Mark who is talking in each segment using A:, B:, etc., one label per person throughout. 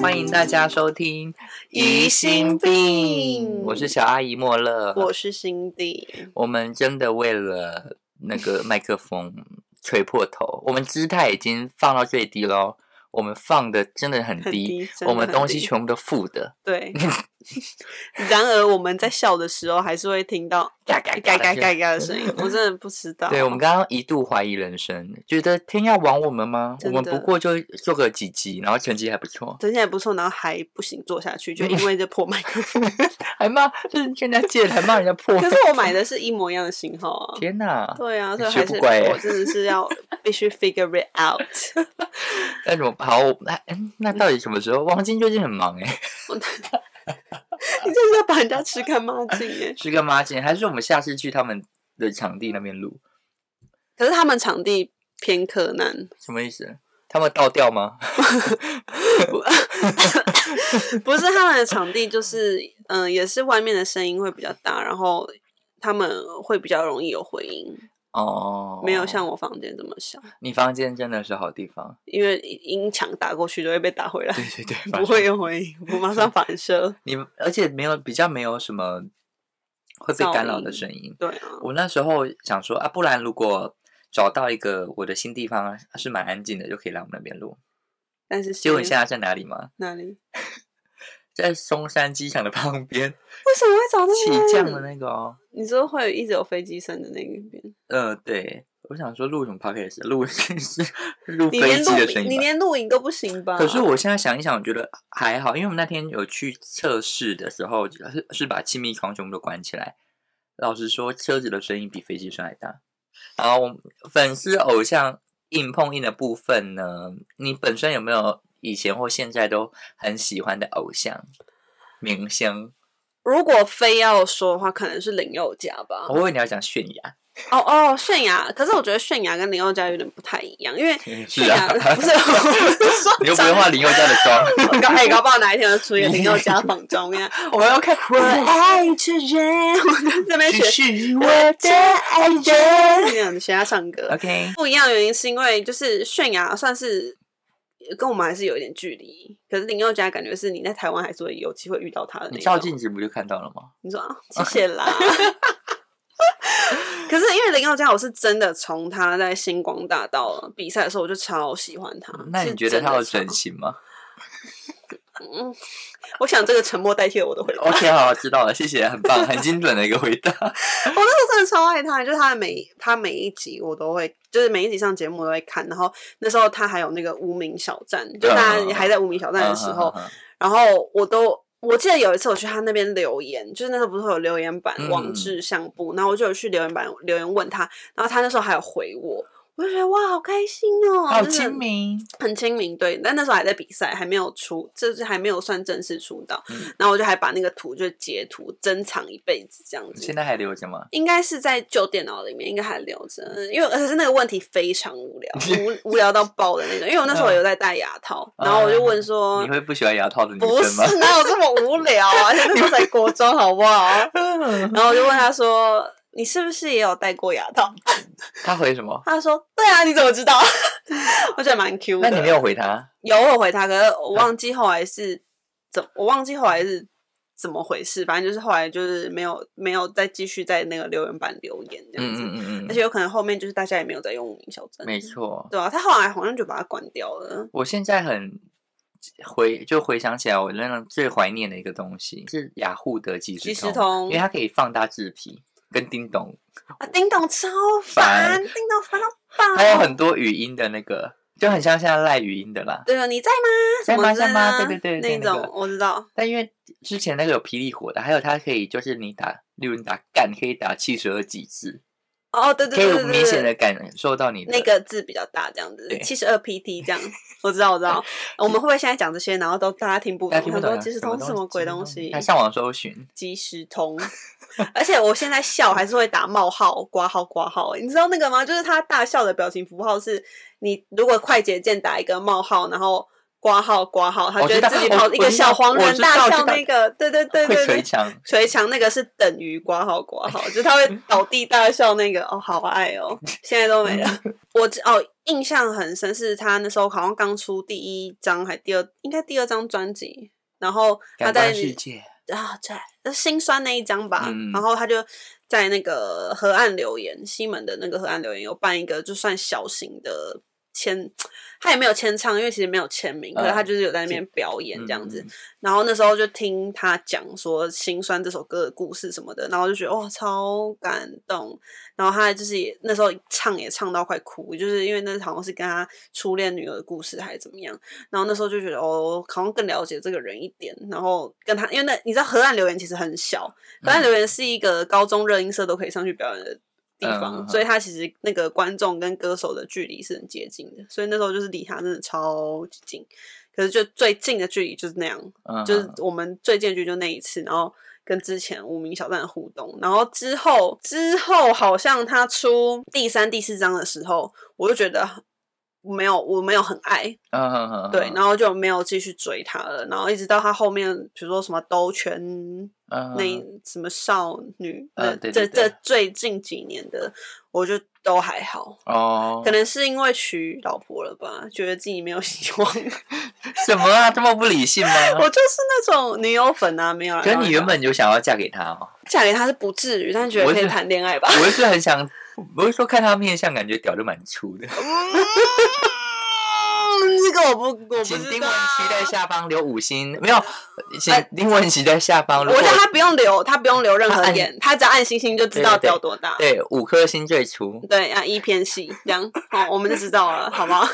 A: 欢迎大家收听《
B: 疑心病
A: 我是小阿姨莫乐。
B: 我是 辛迪，
A: 我们真的为了那个麦克风吹破头，我们姿态已经放到最低喽，我们放的真的很
B: 很
A: 低，
B: 低，真的
A: 我们
B: 很
A: 东西
B: 低
A: 全部都负的，
B: 对。 然而我们在笑的时候，还是会听到
A: 嘎
B: 嘎嘎嘎嘎嘎的 声音。我真的不知道，
A: 对，我们刚刚一度怀疑人生，觉得天要亡我们吗？我
B: 真
A: 们不
B: 的
A: 过就做个几集，然后成绩还不错，
B: 等起来不错，然后还不行做下去，就
A: 嗯
B: 因为这破麦克 风。
A: 还骂就是跟人家借的，还骂人家破。
B: 可是我买的是一模一样的型号啊。
A: 天 哪，
B: 对啊，所以
A: 学
B: 还
A: 不
B: 是
A: 乖欸
B: 我真的 是要必须 figure it out。
A: 那怎么好？我哎嗯那到底什么时候？王晶最近很忙哎，
B: 你这是在把人家吃干抹净哎！
A: 是个妈姐，还是我们下次去他们的场地那边录？
B: 可是他们场地偏柯南，
A: 什么意思？他们倒掉吗？
B: 不是他们的场地，就是嗯、呃也是外面的声音会比较大，然后他们会比较容易有回音，
A: 哦，
B: 没有像我房间这么小，
A: 你房间真的是好地方。
B: 因为音墙打过去都会被打回来，
A: 对对对，
B: 不会有回音，我马上反射。
A: 你，而且没有比较没有什么会被
B: 噪
A: 干扰的
B: 音
A: 声音。
B: 对啊，
A: 我那时候想说啊，不然如果找到一个我的新地方是蛮安静的，就可以来我们那边录。
B: 但是
A: 结果你现在在哪里吗？
B: 哪里？为
A: 在松山机场的旁 边，
B: 什么会找到
A: 起降的？那个哦。
B: 你说会一直有飞机声的那一边，
A: 呃，对，我想说录什么 podcast？录是录
B: 你
A: 飞
B: 连
A: 机的
B: 录
A: 声
B: 影
A: 音
B: 你
A: 吧。
B: 连录影都不行吧？
A: 可是我现在想一想，我觉得还好，因为我们那天有去测试的时候，是是把气密窗全部都关起来。老实说，车子的声音比飞机声还大。然后我们粉丝偶像硬碰硬的部分呢，你本身有没有以前或现在都很喜欢的偶像明星？
B: 如果非要说的话，可能是林宥嘉吧。
A: 我以为你要讲泫雅，
B: 哦哦，泫雅，可是我觉得泫雅跟林宥嘉有点不太一样，因为泫
A: 是啊
B: 雅、，不是， 我是说
A: 你又不会画林宥嘉的妆，
B: 我搞哎，搞不好哪一天我出一个林宥嘉仿妆呀！
A: 我要看
B: 我爱着人，我在这边
A: 只
B: 学
A: 是我
B: 我的爱人，这样学他 唱歌
A: OK，
B: 不一样的原因是因为就是泫雅算是跟我们还是有一点距离，可是林宥嘉感觉是你在台湾还是会有机会遇到他的那
A: 你照
B: 种。
A: 镜子不就看到了吗？
B: 你说 啊，谢谢啦。 可是因为林宥嘉，我是真的从他在星光大道比赛的时候，我就超喜欢他。
A: 那你
B: 嗯是
A: 觉得
B: 真的
A: 他有
B: 超
A: 整形吗？
B: 嗯，我想这个沉默代替了我的回答。
A: OK，好，知道了，谢谢，很棒，很精准的一个回答。
B: 我那时候真的超爱他，就是他的每他每一集我都会，就是每一集上节目我都会看。然后那时候他还有那个无名小站，就大家还在无名小站的时候，
A: 啊嗯，嗯嗯
B: 然后我都我记得有一次我去他那边留言，就是那时候不是会有留言板
A: 嗯
B: 网志相簿，然后我就有去留言板留言问他，然后他那时候还有回我。我就觉得哇，好开心哦！
A: 嗯好
B: 就是
A: 亲民，
B: 很亲民，对。但那时候还在比赛，还没有出，就是还没有算正式出道。
A: 嗯
B: 然后我就还把那个图就截图珍藏一辈子这样子。
A: 现在还留着吗？
B: 应该是在旧电脑里面，应该还留着，因为可是那个问题非常无 聊，无无聊到爆的那种。因为我那时候有在戴牙套，然后我就问说
A: 嗯你，会不喜欢牙套的女
B: 不
A: 生
B: 是
A: 吗？
B: 哪有这么无聊啊？ 现在都在国中好不好？然后我就问他说，你是不是也有戴过牙套？
A: 他回什 么？
B: 他说，对啊，你怎么知道？ 我觉得蛮 Q
A: 那
B: 的。
A: 你没有回他？
B: 有我回他，可是
A: 哎
B: 我忘记后来是怎，我忘记后来是怎么回事。反正就是后来就是没有没有再继续在那个留言板留言这样
A: 嗯
B: 子。
A: 嗯嗯
B: 而
A: 嗯，
B: 且有可能后面就是大家也没有在用无名小站，
A: 没错。
B: 对啊，他后来好像就把它关掉了。
A: 我现在很回就回想起来，我那种最怀念的一个东西是雅虎的即
B: 即
A: 时
B: 时
A: 通，
B: 通
A: 因为它可以放大字体跟叮咚，
B: 啊，叮咚超
A: 哦烦
B: 烦，叮咚烦到爆。
A: 还有很多语音的那个，就很像现在赖语音的啦。
B: 对啊，你在吗？
A: 在
B: 什
A: 吗
B: 么之
A: 在吗
B: 类的啊
A: 对对对对
B: 那
A: 那
B: 种
A: 个
B: 我知道。
A: 但因为之前那个有霹雳火的，还有它可以就是你打，例如你打干可以打七十二几字，
B: 哦，对对
A: 可以
B: 对对对，
A: 明显
B: 对
A: 的感受到你的
B: 那个字比较大，这样子
A: 对，
B: 七十二 PT 这样，我知道，我 知道。我们会不会现在讲这些，然后都大家听不
A: 大
B: 懂？
A: 家听不
B: 他
A: 懂啊
B: 说即时通是什么鬼东西
A: 他？上网搜寻，
B: 即时通，而且我现在笑还是会打冒号、挂号、挂号、欸你知道那个吗？就是他大笑的表情符号是，你如果快捷键打一个冒号，然后挂号、挂号，他
A: 我知
B: 觉
A: 道
B: 得自己跑
A: 我
B: 一个小黄
A: 我
B: 人
A: 知道我
B: 大
A: 知
B: 笑
A: 道
B: 那个，对对对
A: 会
B: 对
A: 捶
B: 对。
A: 墙。
B: 捶墙那个是等于挂号挂号，就是他会倒地大笑那个，哦，好爱哦，现在都没了。我知哦，印象很深，是他那时候好像刚出第一张还第二，应该第二张专辑，然后他
A: 感
B: 在
A: 官世界，
B: 啊，对，那心酸那一张吧。
A: 嗯
B: 然后他就在那个河岸留言，西门的那个河岸留言有办一个就算小型的签，他也没有签唱，因为其实没有签名，可是他就是有在那边表演这样子。
A: 嗯
B: 然后那时候就听他讲说《心酸》这首歌的故事什么的，然后就觉得哇超感动。然后他就是也那时候唱也唱到快哭，就是因为那好像是跟他初恋女友的故事还是怎么样。然后那时候就觉得哦，好像更了解这个人一点。然后跟他，因为那你知道河岸留言其实很小，河
A: 嗯
B: 岸留言是一个高中热音社都可以上去表演的。地
A: 嗯嗯
B: 方，
A: 嗯
B: 所以他其实那个观众跟歌手的距离是很接近的，所以那时候就是离他真的超级近，可是就最近的距离就是那样，
A: 嗯
B: 就是我们最近距就那一次，然后跟之前无名小站的互动，然后之后之后好像他出第三、第四章的时候，我就觉得没有，我没有很爱，
A: 嗯嗯嗯，
B: 对，然后就没有继续追他了，然后一直到他后面，比如说什么兜圈
A: 那
B: 那一什么少女，
A: 嗯呃
B: 那
A: 对
B: 这
A: 对对
B: 这最近几年的，我就都还好。
A: 哦，
B: 可能是因为娶老婆了吧，觉得自己没有 希望。
A: 嗯什么啊，这么不理性吗？
B: 我就是那种女友粉啊，没有啦。
A: 可是
B: 开
A: 你
B: 玩
A: 原
B: 笑
A: 本有想要嫁给他哦？
B: 嫁给他是不至于，但是觉得
A: 我
B: 可以
A: 是
B: 谈恋 爱吧。
A: 我是很想，我是说看他面相，感觉屌就蛮粗的。
B: 这个我不，我不
A: 请
B: 知
A: 丁
B: 道
A: 文。琪在下方留五星，没有，请丁文琪在下方，
B: 我
A: 如果
B: 觉得他不用留，他不用留任
A: 他
B: 何
A: 按
B: 眼，他只要按星星就知
A: 对
B: 道
A: 对对
B: 掉多大。
A: 对五颗星最粗，
B: 对，按一偏细这样，哦，我们就知道了，好吗？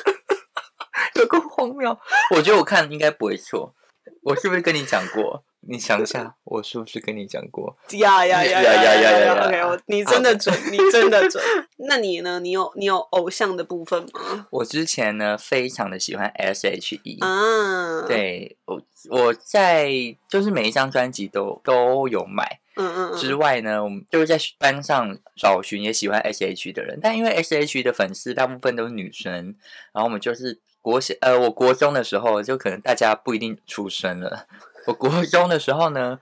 A: 有够荒谬。我觉得我看应该不会错，我是不是跟你讲过？你想一下，我是不是跟你讲过？
B: 呀呀 呀
A: 呀
B: 呀
A: 呀呀
B: 呀
A: 呀
B: ！OK，我你真的准，你真 的准。那你呢？你有你有偶像的部分吗？
A: 我之前呢，非常的喜欢 S.H.E，、
B: 啊，，
A: 嗯对我我在就是每一张专辑都都有买。
B: 嗯嗯
A: 之
B: 嗯，
A: 外呢，我们就是在班上找寻也喜欢 S.H. 的人，但因为 S.H. 的粉丝大部分都是女生，然后我们就是国小呃，我国中的时候就可能大家不一定出生了，我国中的时候呢，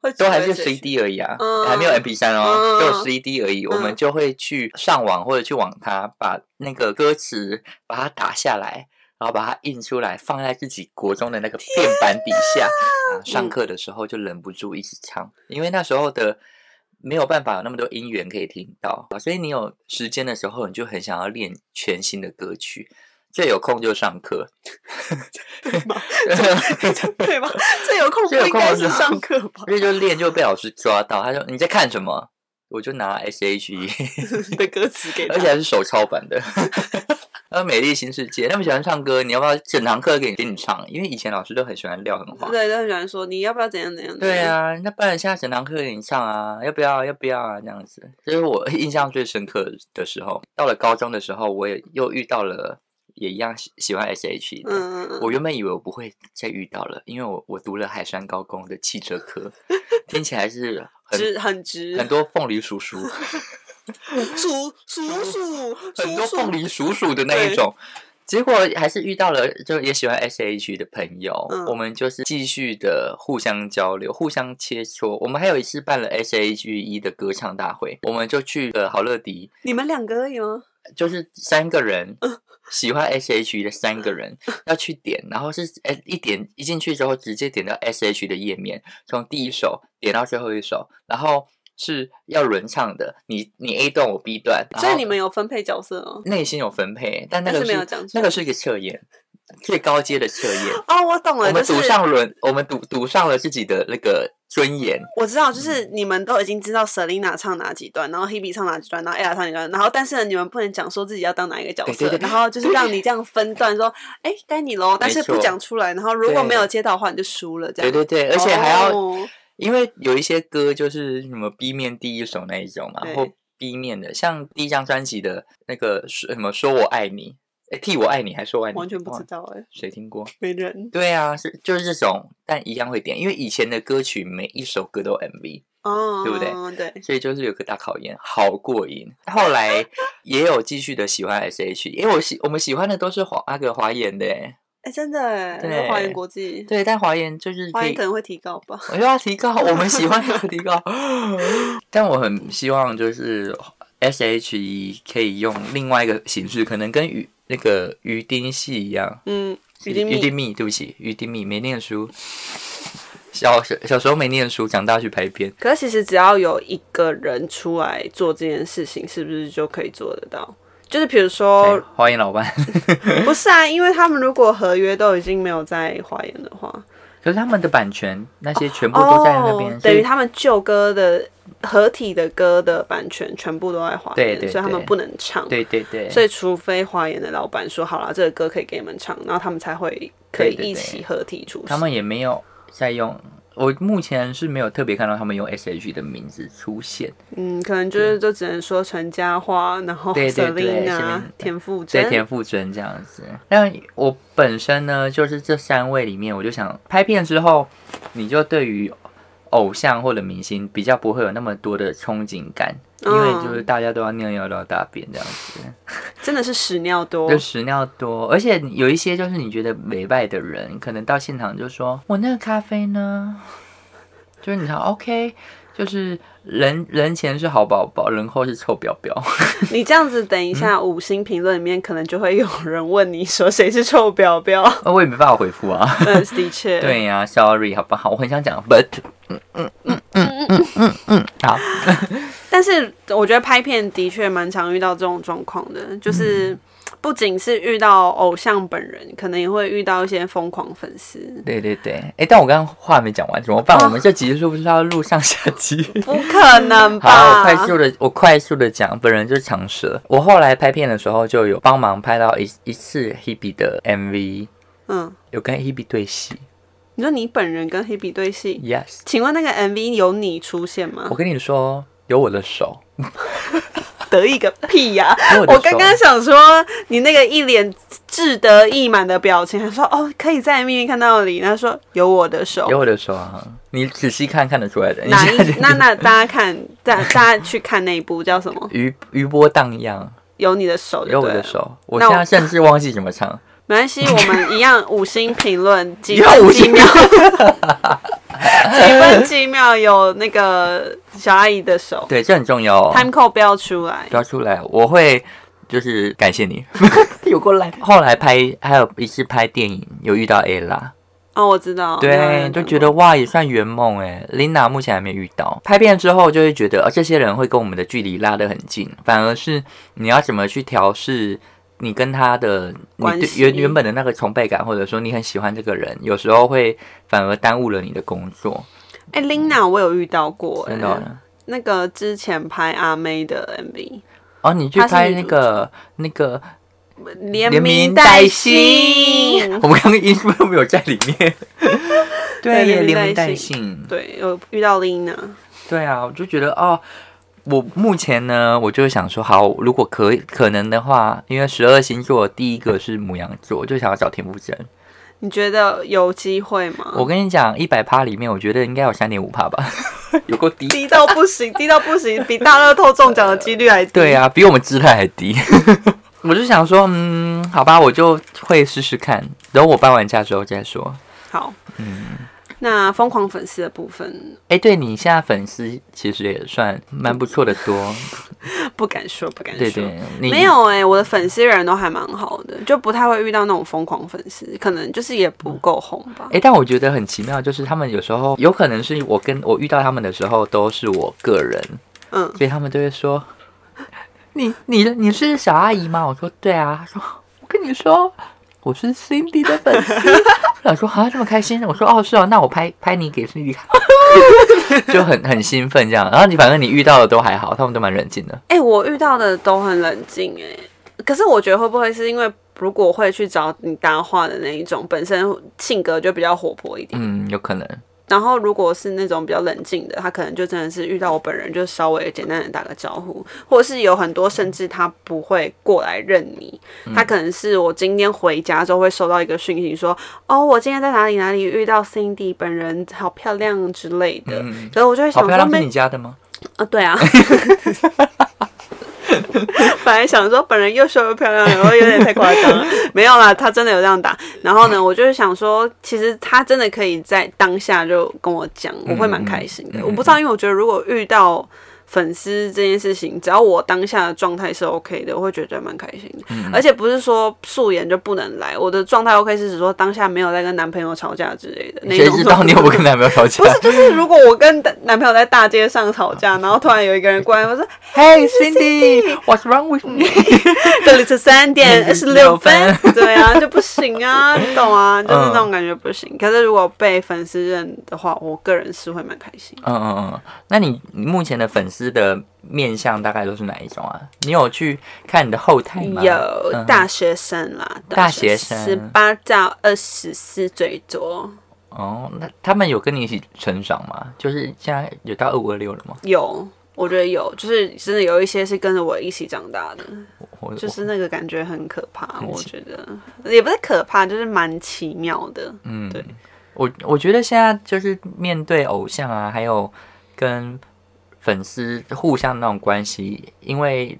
B: 会
A: 都还是
B: 喜欢
A: CD 而已啊，
B: 嗯
A: 还没有 MP 三
B: 嗯
A: 哦，只有 CD 而已。我们
B: 嗯
A: 就会去上网或者去网咖，把那个歌词把它打下来，然后把它印出来，放在自己国中的那个便板底下。啊上
B: 嗯
A: 课的时候就忍不住一直唱，因为那时候的。没有办法有那么多音源可以听到，所以你有时间的时候，你就很想要练全新的歌曲。最有空就上课，
B: 对吧？这有空 不
A: 这有
B: 应
A: 空
B: 该
A: 的
B: 是
A: 时候
B: 上课吧？
A: 因为就练就被老师抓到，他说你在看什么？我就拿 S H E
B: 的歌词给他
A: 而且还是手抄版的。 还有《美丽新世界》，那么喜欢唱歌，你要不要整堂课给你给你唱？因为以前老师都很喜欢撂狠话。
B: 对，都很喜欢说你要不要怎样怎样。
A: 对，啊，那不然现在整堂课给你唱啊，要不要？要不要啊？这样子，这是我印象最深刻的时候。到了高中的时候，我也又遇到了，也一样喜喜欢 S.H.E 的。
B: 嗯嗯嗯，
A: 我原本以为我不会再遇到了，因为我我读了海山高工的汽车 科，听起来是很
B: 直很直，
A: 很多凤梨叔叔。
B: 鼠鼠鼠，
A: 很多
B: 鼠鼠
A: 凤梨鼠鼠的那一种。结果还是遇到了，就也喜欢 S H 的朋友，
B: 嗯
A: 我们就是继续的互相交流、互相切磋。我们还有一次办了 S H 一的歌唱大会，我们就去了好乐迪，
B: 你们两个而已吗？
A: 就是三个人喜欢 S H 的三个人要去点，然后是哎一点一进去之后直接点到 S H 的页面，从第一首点到最后一首，然后是要轮唱的，你你 A 段我 B 段，然
B: 所以
A: 后
B: 你们有分配角色哦。
A: 内心有分配，但那
B: 但
A: 个
B: 是没有讲出
A: 那个是一个测验，最高阶的测 验。
B: 哦，我懂
A: 我
B: 了，
A: 们
B: 就是
A: 赌上轮，我们赌赌上了自己的那个尊严。
B: 我知道，
A: 嗯
B: 就是你们都已经知道 Selina 唱哪几段，然后 Hebe 唱哪几段，然后 Ella 唱几段，然后但是呢，你们不能讲说自己要当哪一个角色，
A: 对对对
B: 然后就是让你这样分段说，哎，该你喽，但是不
A: 错
B: 讲出来，然后如果
A: 对
B: 没有接到的话，你就输了，这
A: 对
B: 样。
A: 对对，而且还要，
B: 哦
A: 因为有一些歌就是什么 B 面第一首那一种嘛，
B: 对
A: 或 B 面的，像第一张专辑的那个说什么说我爱你，诶替我爱你还是说我爱你，
B: 完全不知
A: 哇，
B: 道哎、
A: 谁听过？
B: 没人
A: 对啊，是就是这种，但一样会点，因为以前的歌曲每一首歌都有 MV，
B: 哦，
A: 对不对？
B: 对，
A: 所以就是有个大考验，好过瘾。后来也有继续的喜欢 S.H.E，因为我喜我们喜欢的都是华那个华研的欸，
B: 哎，真的哎，
A: 对
B: 那华研国际，
A: 对，但华研就是
B: 华
A: 可
B: 研
A: 以
B: 可，能会提高吧。
A: 我又要提高，我们喜欢要提高， 但我 E 很希望就是 S.H.E 可以用另外一个形式，可能跟娱那个鱼丁戏一样，
B: 嗯，
A: 鱼
B: 鱼丁
A: 鱼
B: 蜜
A: 丁蜜，对不起，鱼丁蜜没念书，小小小时候没念书，长大去拍片，
B: 可是其实只要有一个人出来做这件事情，是不是就可以做得到？就是比如
A: 哎
B: 说，
A: 欢迎老板。
B: 不是啊，因为他们如果合约都已经没有在华研的话，
A: 可是他们的版权那些全部都在那边，所
B: 哦，等
A: 以
B: 于他们旧歌的合体的歌的版权全部都在华
A: 对
B: 研，
A: 对
B: 所以他们
A: 对
B: 不能唱。
A: 对对对，
B: 所以，除非华研的老板说好了，这个歌可以给你们唱，然后他们才会可以
A: 对对对
B: 一起合体出现。
A: 他们也没有在用。我目前是没有特别看到他们用 S.H. 的名字出现，
B: 嗯，可能就是就只能说陈嘉桦，然后
A: 对对对
B: Selina
A: Selina、
B: 田馥
A: 在
B: 甄，
A: 田馥甄这样子。但我本身呢，就是这三位里面，我就想拍片之后，你就对于偶像或者明星比较不会有那么多的憧憬感，因为
B: 哦
A: 就是大家都要尿尿都要大便这样子。
B: 真的是屎尿多
A: 就。屎尿多，而且有一些就是你觉得美败的人，可能到现场就说：“我那个咖啡呢？” 就是你想 OK，就是人人前是好宝宝，人后是臭婊 婊。
B: 你这样子，等一下
A: 嗯
B: 五星评论里面可能就会有人问你说谁是臭婊婊。
A: 呃我也没办法回复啊。
B: 嗯，的确，，
A: 对呀、s o r r y 好不好？我很想讲，but 嗯
B: 但是我觉得拍片的确蛮常遇到这种状况的，
A: 嗯
B: 就是不仅是遇到偶像本人，可能也会遇到一些疯狂粉丝。
A: 对对对，哎、但我刚刚话没讲完，怎么办？
B: 啊
A: 我们这集是不是要录上下集？
B: 不可能
A: 好，
B: 吧？
A: 我快速的，我快速的讲，本人就是长舌。我后来拍片的时候，就有帮忙拍到一一次 Hebe 的 MV，
B: 嗯，
A: 有跟 Hebe 对戏。
B: 你说你本人跟 Hebe 对戏，
A: Yes，
B: 请问那个 MV 有你出现吗
A: 我？跟你说，有我的手，
B: 得意个屁呀、
A: 有我的
B: 我
A: 手。
B: 刚刚想说，你那个一脸志得意满的表情，还说哦，可以在 MV 看到你，他说有我的手，
A: 有我的手啊，你仔细看看得出来的。你
B: 哪
A: 现在
B: 一那那大家看，大大家去看那一部叫什么？
A: 余余波荡漾，
B: 有你的手就
A: 有我
B: 对
A: 的
B: 了
A: 手，我
B: 那
A: 现在
B: 我
A: 甚至忘记怎么唱。
B: 没关系，我们一样五星评论，几
A: 一样
B: 分
A: 五
B: 几
A: 星
B: 秒，几分几秒有那个小阿姨的手
A: 对，这很重要哦，
B: ，time code 不要出来。
A: 抓出来，我会就是感谢 你，有过来。后来拍还有一次拍电影，有遇到 A 啦，
B: 哦，我知道，
A: 对，就觉
B: 得
A: 得哇，也算圆梦哎。Lina 目前还没遇到，拍片之后就会觉得，呃，这些人会跟我们的距离拉得很近，反而是你要怎么去调试你跟他的你
B: 关
A: 对
B: 系
A: 原原本的那个崇拜感，或者说你很喜欢这个人，有时候会反而耽误了你的工作。
B: 哎、l i n a 我有遇到过、
A: 真的
B: 哎
A: 哦，
B: 那个之前拍阿妹的 MV，
A: 哦，你去
B: 他是
A: 拍
B: 女
A: 那
B: 主
A: 个那个连
B: 连名
A: 名带
B: 带
A: 姓
B: 姓，，
A: 我们刚刚音是不是没有在里 面？对耶，
B: 对连名
A: 连
B: 带
A: 名带
B: 姓
A: 姓。
B: 对，有遇到 Lina，
A: 对啊，我就觉得哦，我目前呢，我就想说，好，如果可以可能的话，因为十二星座第一个是母羊座，我就想要找田馥甄。
B: 你觉得有机会吗？
A: 我跟你讲，一百趴里面，我觉得应该有三点五趴吧， 有够低。
B: 低到不行，低到不行，比大乐透中奖的几率还低。
A: 对啊，比我们姿态还低。 我就想说，嗯，好吧，我就会试试看，等我搬完家之后再说。
B: 好，
A: 嗯
B: 那疯狂粉丝的部分
A: 哎，对你现在粉丝其实也算蛮不错的多，
B: 不敢说，不敢说。
A: 对对，你
B: 没有哎、我的粉丝人都还蛮好的，就不太会遇到那种疯狂粉丝，可能就是也不够红吧。
A: 哎、但我觉得很奇妙，就是他们有时候有可能是我跟我遇到他们的时候都是我个人，
B: 嗯，
A: 所以他们都会说：“你你你是小阿姨吗？”我说：“对啊。”他说：“我跟你说，我是 Cindy 的粉丝。” 我想说：“啊，这么开心？”我说：“哦，是哦，那我拍拍你给 Cindy 看。” 就很很兴奋这样。然后你反正你遇到的都还好，他们都蛮冷静的。
B: 哎、我遇到的都很冷静哎、可是我觉得会不会是因为如果会去找你搭话的那一种，本身性格就比较活泼一点，
A: 嗯，有可能。
B: 然后如果是那种比较冷静的，他可能就真的是遇到我本人就稍微简单的打个招呼，或者是有很多甚至他不会过来认你，
A: 嗯
B: 他可能是我今天回家之后会收到一个讯息说，哦，我今天在哪里哪里遇到 Cindy 本人，好漂亮之类的，
A: 嗯，
B: 所以我就会
A: 好
B: 想
A: 漂
B: 说
A: 亮是
B: 没
A: 你家的吗？
B: 啊，对 啊。本来想说本人又瘦又漂亮，然后有点太夸张 了，没有啦，他真的有这样打。然后呢，我就是想说，其实他真的可以在当下就跟我讲，我会蛮开心的。
A: 嗯嗯
B: 我不知道，因为我觉得如果遇到粉丝这件事情，只要我当下的状态是 OK 的，我会觉得蛮开心的。
A: 嗯
B: 而且不是说素颜就不能来，我的状态 OK 是指说当下没有在跟男朋友吵架之类的那
A: 谁
B: 种
A: 知
B: 状态。
A: 道你有没有跟男朋友吵架
B: 不？ 是，就是如果我跟男朋友在大街上吵架，然后突然有一个人过来，我说
A: Hey
B: Cindy
A: Cindy，What's wrong with me？，
B: 这里是三点二十六分 对啊，就不 行啊，你懂啊，就是那种感觉不
A: 嗯
B: 行。可是如果被粉丝认的话，我个人是会蛮开心。
A: 嗯嗯嗯，那你你目前的粉丝的面向大概都是哪一种啊？你有去看你的后台吗？
B: 有
A: 嗯
B: 大学生啦，
A: 大学生
B: 十八到二十四最多
A: 哦，那他们有跟你一起成长吗？就是现在有到二五二六了吗？
B: 有。我觉得有，就是真的有一些是跟着我一起长大的，
A: 我
B: 就是那个感觉很可怕。
A: 很
B: 我
A: 奇
B: 觉得也不是可怕，就是蛮奇妙的。
A: 嗯，
B: 对，
A: 我我觉得现在就是面对偶像啊，还有跟粉丝互相那种关系，因为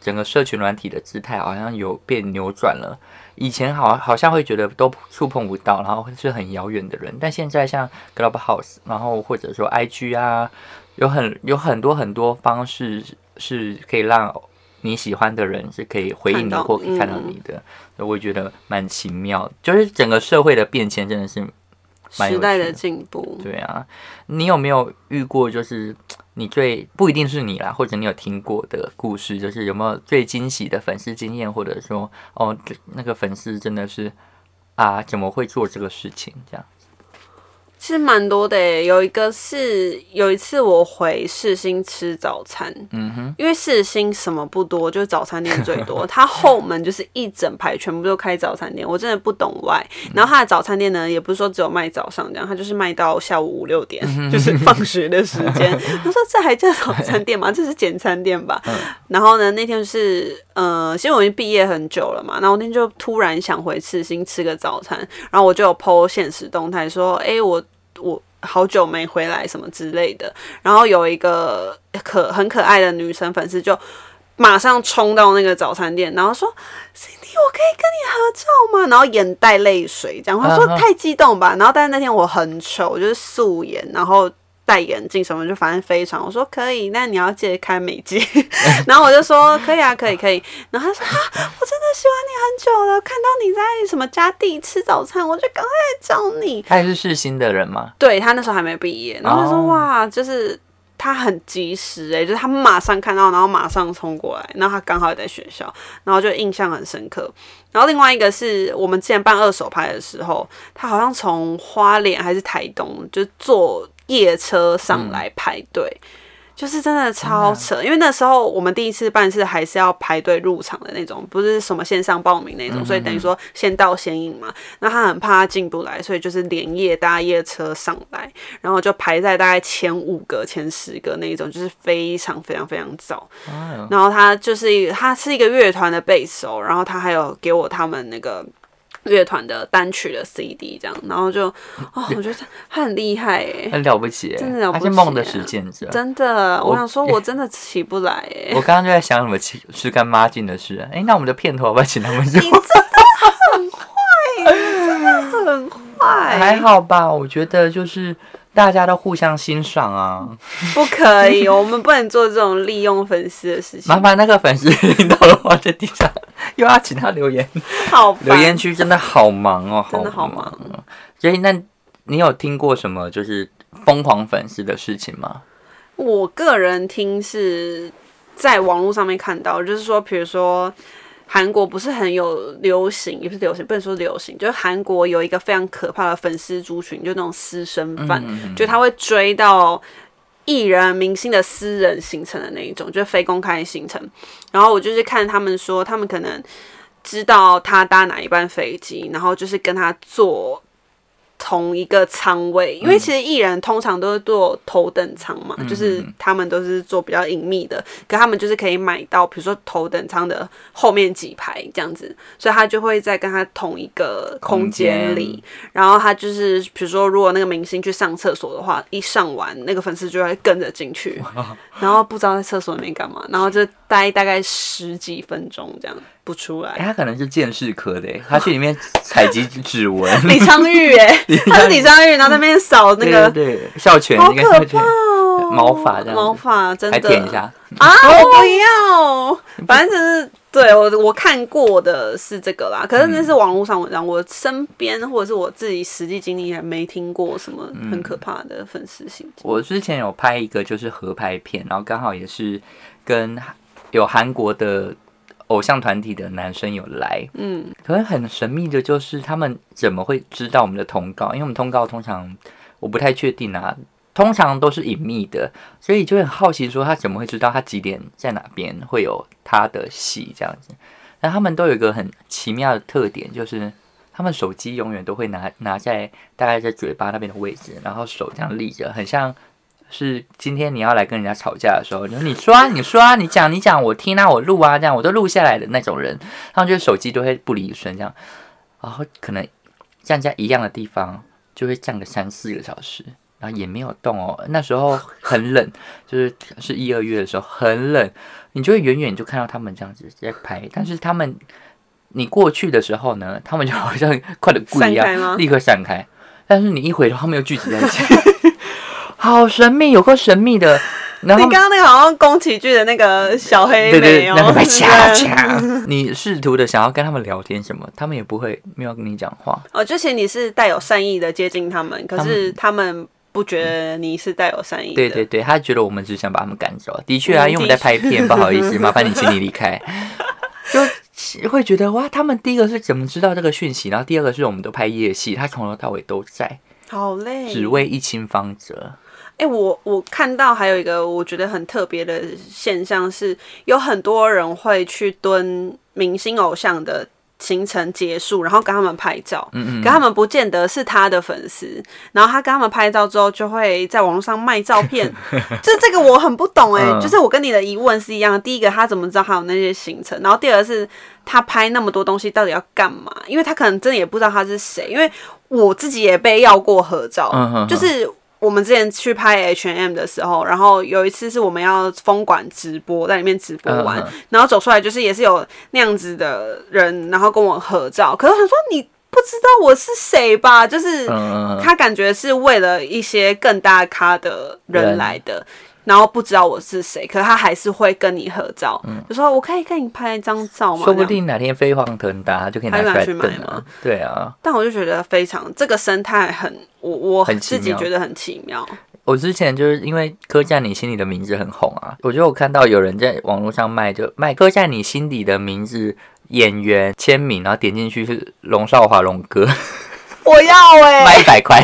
A: 整个社群软体的姿态好像有变扭转了。以前好好像会觉得都触碰不到，然后是很遥远的人，但现在像 Clubhouse，然后或者说 IG 啊，有很有很多很多方式是可以让你喜欢的人是可以回应
B: 看
A: 你
B: 到嗯
A: 或可以看到你的，所以我觉得蛮奇妙，就是整个社会的变迁真的是蛮有
B: 时代
A: 趣
B: 的
A: 的
B: 进步，
A: 对啊，你有没有遇过就是你最不一定是你啦，或者你有听过的故事，就是有没有最惊喜的粉丝经验，或者说哦这那个粉丝真的是啊怎么会做这个事情这样？
B: 其实蛮多的耶。有一个是有一次我回世新吃早餐，
A: 嗯哼，
B: 因为世新什么不多，就是早餐店最 多。它后门就是一整排全部都开早餐店，我真的不懂 why。然后
A: 嗯
B: 它的早餐店呢，也不是说只有卖早上这样，它就是卖到下午五六点，
A: 嗯
B: 就是放学的时 间。我说这还叫早餐店吗？这是简餐店吧？
A: 嗯
B: 然后呢，那天是呃，其实我已经毕业很久了嘛，然后那天就突然想回赤心吃个早餐，然后我就有 PO 现实动态说，哎、我我好久没回来什么之类的，然后有一个可很可爱的女生粉丝就。马上冲到那个早餐店，然后说：“Cindy，我可以跟你合照吗？”然后眼带泪水，这样我说
A: 嗯嗯
B: 太激动吧。然后但是那天我很丑，就是素颜，然后戴眼镜什么，就反正非常。我说可以，那你要记得开美肌。然后我就说可以啊，可以可以。然后他说啊，我真的喜欢你很久了，看到你在什么家地吃早餐，我就赶快来找你。
A: 他也是世新的人吗？
B: 对他那时候还没毕业，然后就说、
A: 哦
B: 哇，就是他很及时哎、就是他马上看到，然后马上冲过来，然后他刚好也在学校，然后就印象很深刻。然后另外一个是我们之前办二手拍的时候，他好像从花莲还是台东，就坐夜车上来排队。就是真的超扯，因为那时候我们第一次办是还是要排队入场的那种，不是什么线上报名那种，所以等于说先到先赢嘛。那他很怕他进不来，所以就是连夜搭夜车上来，然后就排在大概前五个、前十个那一种，就是非常非常非常早。
A: 啊，
B: 然后他就是一个他是一个乐团的贝斯手，然后他还有给我他们那个。乐团的单曲的 CD 这样，然后就哦， 我觉得他他很厉害哎、
A: 很了不起耶，
B: 真的了
A: 他
B: 不
A: 是梦的
B: 起
A: 实
B: 啊
A: 践者。
B: 真的，
A: 我
B: 我想说我真的起不来哎、
A: 我刚刚就在想什么吃吃干抹净的事、啊，哎、那我们的片头要不要请他们 做？
B: 很坏，
A: 还好吧，我觉得就是大家都互相欣赏啊。
B: 不可以，我们不能做这种利用粉丝的事情
A: 麻，烦那个粉丝听到的话，在地上又要请他留言。
B: 好烦
A: 留言区真的好忙哦，
B: 真的好
A: 忙
B: 忙。
A: 哦。所以，那你有听过什么就是疯狂粉丝的事情吗？
B: 我个人听是在网络上面看到，就是说，比如说。韩国不是很有流行，也不是流行，不能说流行，就是韩国有一个非常可怕的粉丝族群，就那种私生饭，
A: 嗯
B: 就他会追到艺人、明星的私人行程的那一种，就是非公开行程。然后我就是看他们说，他们可能知道他搭哪一班飞机，然后就是跟他坐同一个舱位，因为其实艺人通常都是坐头等舱嘛，就是他们都是坐比较隐秘的，可他们就是可以买到，比如说头等舱的后面几排这样子，所以他就会在跟他同一个空间里，然后他就是比如说如果那个明星去上厕所的话，一上完那个粉丝就会跟着进去，然后不知道在厕所里面干嘛，然后就待大概十几分钟这样不出
A: 哎、
B: 来。
A: 他可能是见识科的耶，他去里面采集指纹。
B: 李昌钰哎，他是李昌钰，然后在那边扫那
A: 对
B: 个
A: 对对，校犬
B: 好
A: 应该
B: 可
A: 校犬
B: 怕。哦！
A: 毛发这样子
B: 毛发真
A: 还
B: 的
A: 舔一下，
B: 啊！我 不要，反正就是对我我看过的是这个啦，可
A: 嗯
B: 是那是网络上文章，我身边或者是我自己实际经历还没听过什么
A: 嗯
B: 很可怕的粉丝行径。
A: 我之前有拍一个就是合拍片，然后刚好也是跟有韩国的偶像团体的男生有来，
B: 嗯，
A: 可是很神秘的就是他们怎么会知道我们的通告？因为我们通告通常我不太确定啊，通常都是隐秘的，所以就很好奇说他怎么会知道他几点在哪边会有他的戏这样子。那他们都有一个很奇妙的特点，就是他们手机永远都会拿拿在大概在嘴巴那边的位置，然后手这样立着，很像是今天你要来跟人家吵架的时候，就是你说啊，你说啊，你讲你讲，我听啊，我录啊，这样我都录下来的那种人，他们就是手机都会不离身这样，然后可能站在一样的地方就会站个三四个小时。然后也没有动哦，那时候很冷，就是是一二月的时候很冷，你就会远远就看到他们这样子在拍，但是他们你过去的时候呢，他们就好像快得不一
B: 散开吗
A: 样，立刻闪开。但是你一回头，他们又聚集在一起， 好神秘，有够神秘的。然
B: 你
A: 后
B: 刚刚那个好像宫崎骏的那个小黑
A: 对对
B: 妹
A: 对，
B: 哦、
A: 然后
B: 是
A: 被
B: 不是
A: 掐掐。 你试图的想要跟他们聊天什么，他们也不会没有跟你讲话。
B: 哦，之前你是带有善意的接近他们，可
A: 他们
B: 是他们不觉得你是带有善意的。
A: 对对对，他觉得我们只想把他们赶走。的确啊，
B: 嗯
A: 因为我们在
B: 的
A: 拍片，不好意 思，麻烦你请你离开。就会觉得哇，他们第一个是怎么知道这个讯息，然后第二个是我们都拍夜戏，他从头到尾都在，
B: 好累。哦
A: 只为一清方泽。
B: 哎、我我看到还有一个我觉得很特别的现象是，有很多人会去蹲明星偶像的行程结束，然后跟他们拍照。
A: 嗯嗯，
B: 可他们不见得是他的粉丝，然后他跟他们拍照之后，就会在网络上卖照 片，就这个我很不懂哎、
A: 嗯
B: 就是我跟你的疑问是一样的。第一个他怎么知道他有那些行程？然后第二个是他拍那么多东西到底要干嘛？因为他可能真的也不知道他是谁，因为我自己也被要过合照，
A: 嗯哼哼
B: 就是。我们之前去拍 H M 的时候，然后有一次是我们要封馆直播，在里面直播完，
A: 嗯嗯
B: 然后走出来就是也是有那样子的人，然后跟我合照。可是我想说你不知道我是谁吧？就是
A: 嗯嗯嗯，
B: 他感觉是为了一些更大咖的人
A: 人
B: 来的，然后不知道我是谁，可是他还是会跟你合照，就说我可以跟你拍一张照吗？
A: 嗯说不
B: 这样。
A: 定哪天飞黄腾达他就可以拿
B: 他
A: 出
B: 就拿
A: 来
B: 去买
A: 炖
B: 嘛
A: 了。对啊，
B: 但我就觉得非常这个生态很，我我
A: 很奇
B: 自己
A: 妙
B: 觉得很奇妙。
A: 我之前就是因为刻在你心里的名字很红啊，我就有看到有人在网络上卖，就卖刻在你心底的名字演员签名，然后点进去是龙少华龙 哥，
B: 我要哎、
A: 卖一百 块。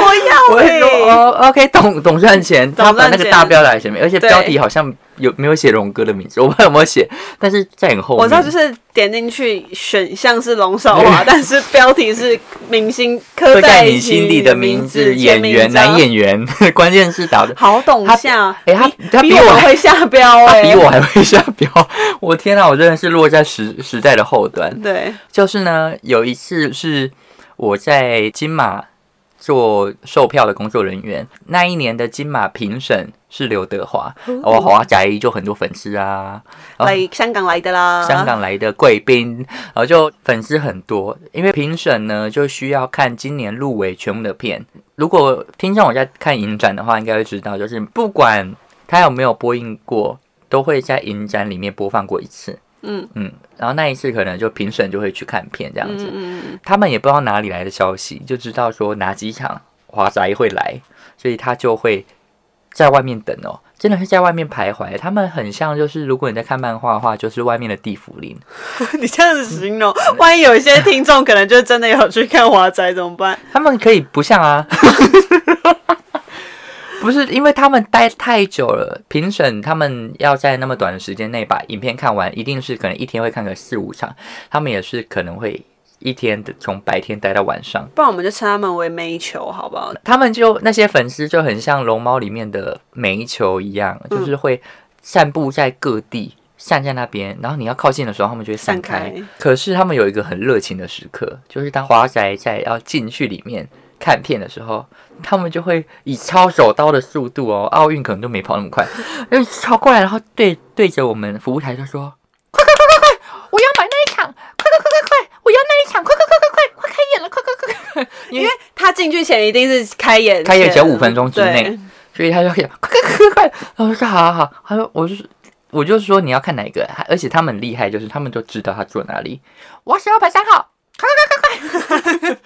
B: 我要
A: 我会
B: 哎、
A: 说 哦，OK，懂懂赚钱，
B: 懂
A: 他把那
B: 赚
A: 个
B: 钱
A: 大标打在前面，而且
B: 对
A: 标题好像有没有写龙哥的名字，我不知道有没有写，但是在很后面。
B: 我知道，就是点进去选项是龙少 华，但是标题是明星刻
A: 刻在
B: 一
A: 你
B: 起
A: 心底的名字，演员男
B: 演。
A: 演员， 关键是打的。
B: 好懂
A: 他
B: 下，
A: 哎、他他
B: 比
A: 比我
B: 我
A: 还
B: 会下标
A: 他
B: 哎、
A: 比我还会下标，我天哪！我真的是落在时时代的后端。
B: 对，
A: 就是呢，有一次是我在金马做售票的工作人员，那一年的金马评审是刘德华，哦，华仔就很多粉丝啊，啊
B: 来香港来的啦，
A: 香港来的贵宾，然后就粉丝很多，因为评审呢就需要看今年入围全部的片。如果听众我在看影展的话，应该会知道，就是不管他有没有播映过，都会在影展里面播放过一次。
B: 嗯
A: 嗯，然后那一次可能就评审就会去看片这样子，
B: 嗯嗯嗯，
A: 他们也不知道哪里来的消息，就知道说哪几场华仔会来，所以他就会在外面等哦，真的是在外面徘徊。他们很像就是，如果你在看漫画的话，就是外面的地府林。
B: 嗯 你这样子形容，万一有一些听众可能就真的有去看华仔怎么办？
A: 他们可以不像啊， 不是因为他们待太久了，评审他们要在那么短的时间内把影片看完，一定是可能一天会看个四五场，他们也是可能会一天的从白天待到晚上。
B: 不然我们就称他们为煤球好不好？
A: 他们就那些粉丝就很像龙猫里面的煤球一样，
B: 嗯
A: 就是会散布在各地，散在那边，然后你要靠近的时候，他们就会散开。
B: 散开
A: 可是他们有一个很热情的时刻，就是当华仔在要进去里面看片的时候，他们就会以抄手刀的速度哦，奥运可能都没跑那么快， 就抄过来，然后对对着我们服务台就说：“快快快快快，我要买那一场！快快快快快，我要那一场！快快快快快，快开演了！快快快快！”
B: 因为他进去前一定是开演，
A: 开演前五分钟之内，所以他就可以快快快快，然后我就说好好好，他说我就是我就说你要看哪一个，还而且他们很厉害，就是他们都知道他坐哪里，我是要排三号，快快快快快，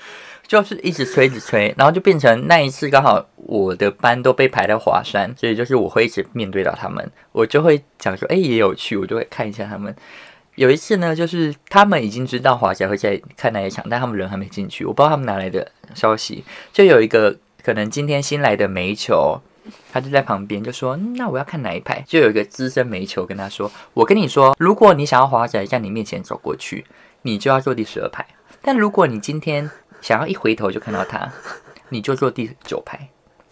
A: 就是一直催一直催，然后就变成那一次刚好我的班都被排到华山，所以就是我会一直面对到他们，我就会讲说哎、也有趣，我就会看一下他们。有一次呢，就是他们已经知道华侨会在看那一场，但他们人还没进去，我不知道他们哪来的消息。就有一个可能今天新来的煤球，他就在旁边就说、嗯那我要看哪一排？”就有一个资深煤球跟他说：“我跟你说，如果你想要华仔在你面前走过去，你就要坐第十二排；但如果你今天想要一回头就看到他，你就坐第九排。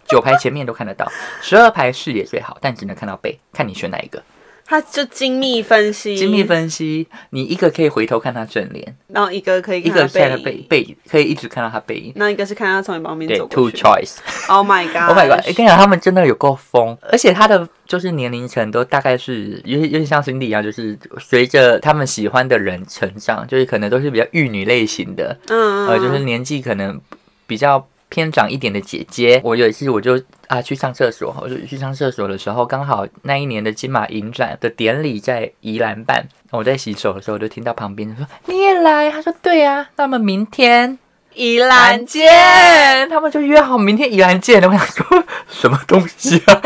A: 九排前面都看得到，十二排视野最好，但只能看到背，看你选哪一个。”
B: 他就精密分析，
A: 精密，分析，你一个可以回头看他正脸，
B: 然后一个可以
A: 一
B: 看
A: 个
B: 他
A: 在他
B: 背
A: 背
B: 影，
A: 背可以一直看到他背影。
B: 那一个是看他从你旁边
A: 对
B: 走
A: ，two
B: 过去。
A: choice。
B: Oh my god！
A: Oh my god！欸跟你讲，他们真的有够疯，而且他的就是年龄层都大概是有点有点像 Cindy 一样，就是随着他们喜欢的人成长，就是可能都是比较玉女类型的，
B: 嗯，
A: 呃，就是年纪可能比较偏长一点的姐姐。我有一次我就啊去上厕所，我就去上厕所的时候，刚好那一年的金马影展的典礼在宜兰办，我在洗手的时候，我就听到旁边说你也来，他说对啊，那么明天
B: 宜
A: 宜兰
B: 兰
A: 见，他们就约好明天宜兰见。我想说什么东西 啊，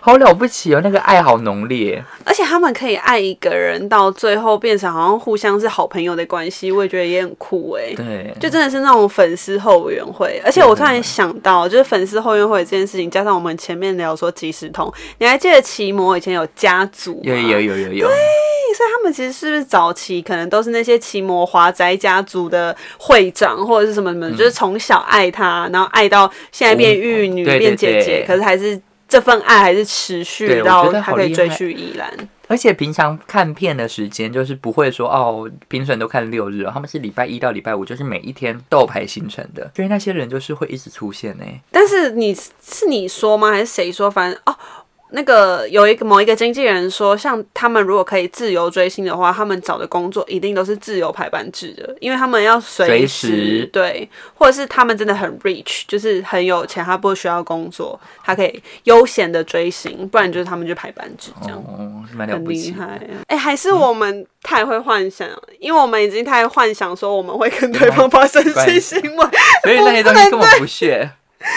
A: 好了不起哦，那个爱好浓烈。
B: 而且他们可以爱一个人到最后变成好像互相是好朋友的关系，我也觉得也很酷哎、
A: 对，
B: 就真的是那种粉丝后援会，而且我突然想到，就是粉丝后援会这件事情，加上我们前面聊说即时通，你还记得奇摩以前有家族吗？
A: 有有有有有，
B: 所以他们其实是不是早期可能都是那些奇摩华宅家族的会长或者是什么什么，就是从小爱他，然后爱到现在变玉女、
A: 嗯嗯对对
B: 变姐
A: 对
B: 姐，可是还是这份爱还是持续
A: 对我
B: 到
A: 觉得
B: 他
A: 好
B: 可以
A: 厉
B: 追
A: 害
B: 去宜兰。
A: 而且平常看片的时间就是不会说哦，评审都看六日哦，他们是礼拜一到礼拜五，就是每一天都有排行程的，所以那些人就是会一直出现呢、
B: 但是你是你说吗？还是谁说？反正哦，那个有一个某一个经纪人说，像他们如果可以自由追星的话，他们找的工作一定都是自由排班制的，因为他们要随
A: 随
B: 时
A: 时
B: 对，或者是他们真的很 rich，就是很有钱，他不需要工作，他可以悠闲的追星，不然就是他们就排班制这样。
A: 哦，蛮了
B: 很
A: 不
B: 厉
A: 起的
B: 害，啊，哎、还是我们太会幻想，因为我们已经太幻想说我们会跟对方发生
A: 关
B: 性
A: 系
B: 行为，
A: 所以那些东西根本不屑。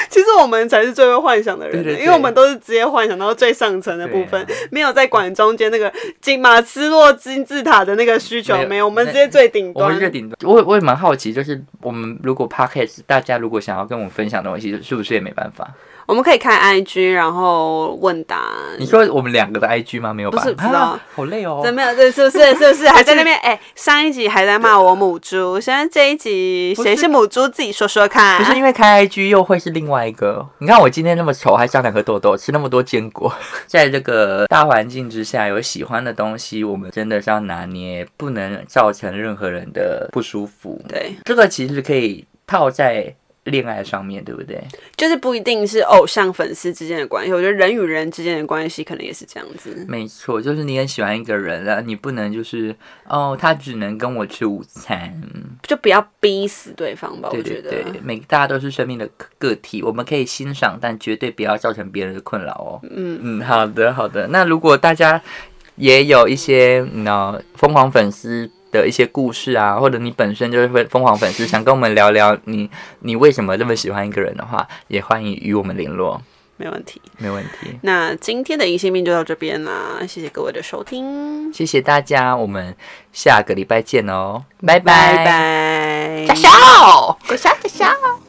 B: 其实我们才是最会幻想的人，
A: 对对对
B: 因为我们都是直接幻想到最上层的部分，
A: 对
B: 没有在管中间那个金马斯洛金字塔的那个需求，
A: 没有
B: 没有，我们
A: 那
B: 直接最顶
A: 我
B: 端
A: 们。这顶端，我我也蛮好奇，就是我们如果 podcast 大家如果想要跟我们分享东西，是不是也没办法？
B: 我们可以看 IG，然后问答。
A: 你说我们两个的 IG 吗？没有吧？
B: 不是不知道
A: 啊，好累哦。
B: 真没有，对，是不是？是 不是？还在那边？哎、上一集还在骂我母猪，现在这一集
A: 不是
B: 谁是母猪，自己说说看。
A: 不是因为开 IG 又会是另外一个。你看我今天那么丑，还长两颗痘痘，吃那么多坚果， 在这个大环境之下，有喜欢的东西，我们真的是要拿捏，不能造成任何人的不舒服。
B: 对，
A: 这个其实可以套在恋爱上面，对不对？
B: 就是不一定是偶像粉丝之间的关系，我觉得人与人之间的关系可能也是这样子。
A: 没错，就是你很喜欢一个人了，你不能就是哦，他只能跟我吃午餐。
B: 就不要逼死对方吧，
A: 对
B: 我觉
A: 对
B: 得。
A: 对，每大家都是生命的个个体，我们可以欣赏，但绝对不要造成别人的困扰哦。
B: 嗯
A: 嗯，好的好的。那如果大家也有一些那疯狂粉丝的一些故事啊，或者你本身就是疯疯狂粉丝，想跟我们聊聊你你为什么这么喜欢一个人的话，也欢迎与我们联络，
B: 没问题。
A: 没问题。
B: 那今天的银杏命就到这边啦，谢谢各位的收听，
A: 谢谢大家，我们下个礼拜见哦，拜
B: 拜
A: 拜。
B: 拜。
A: 笑，
B: 小小小小。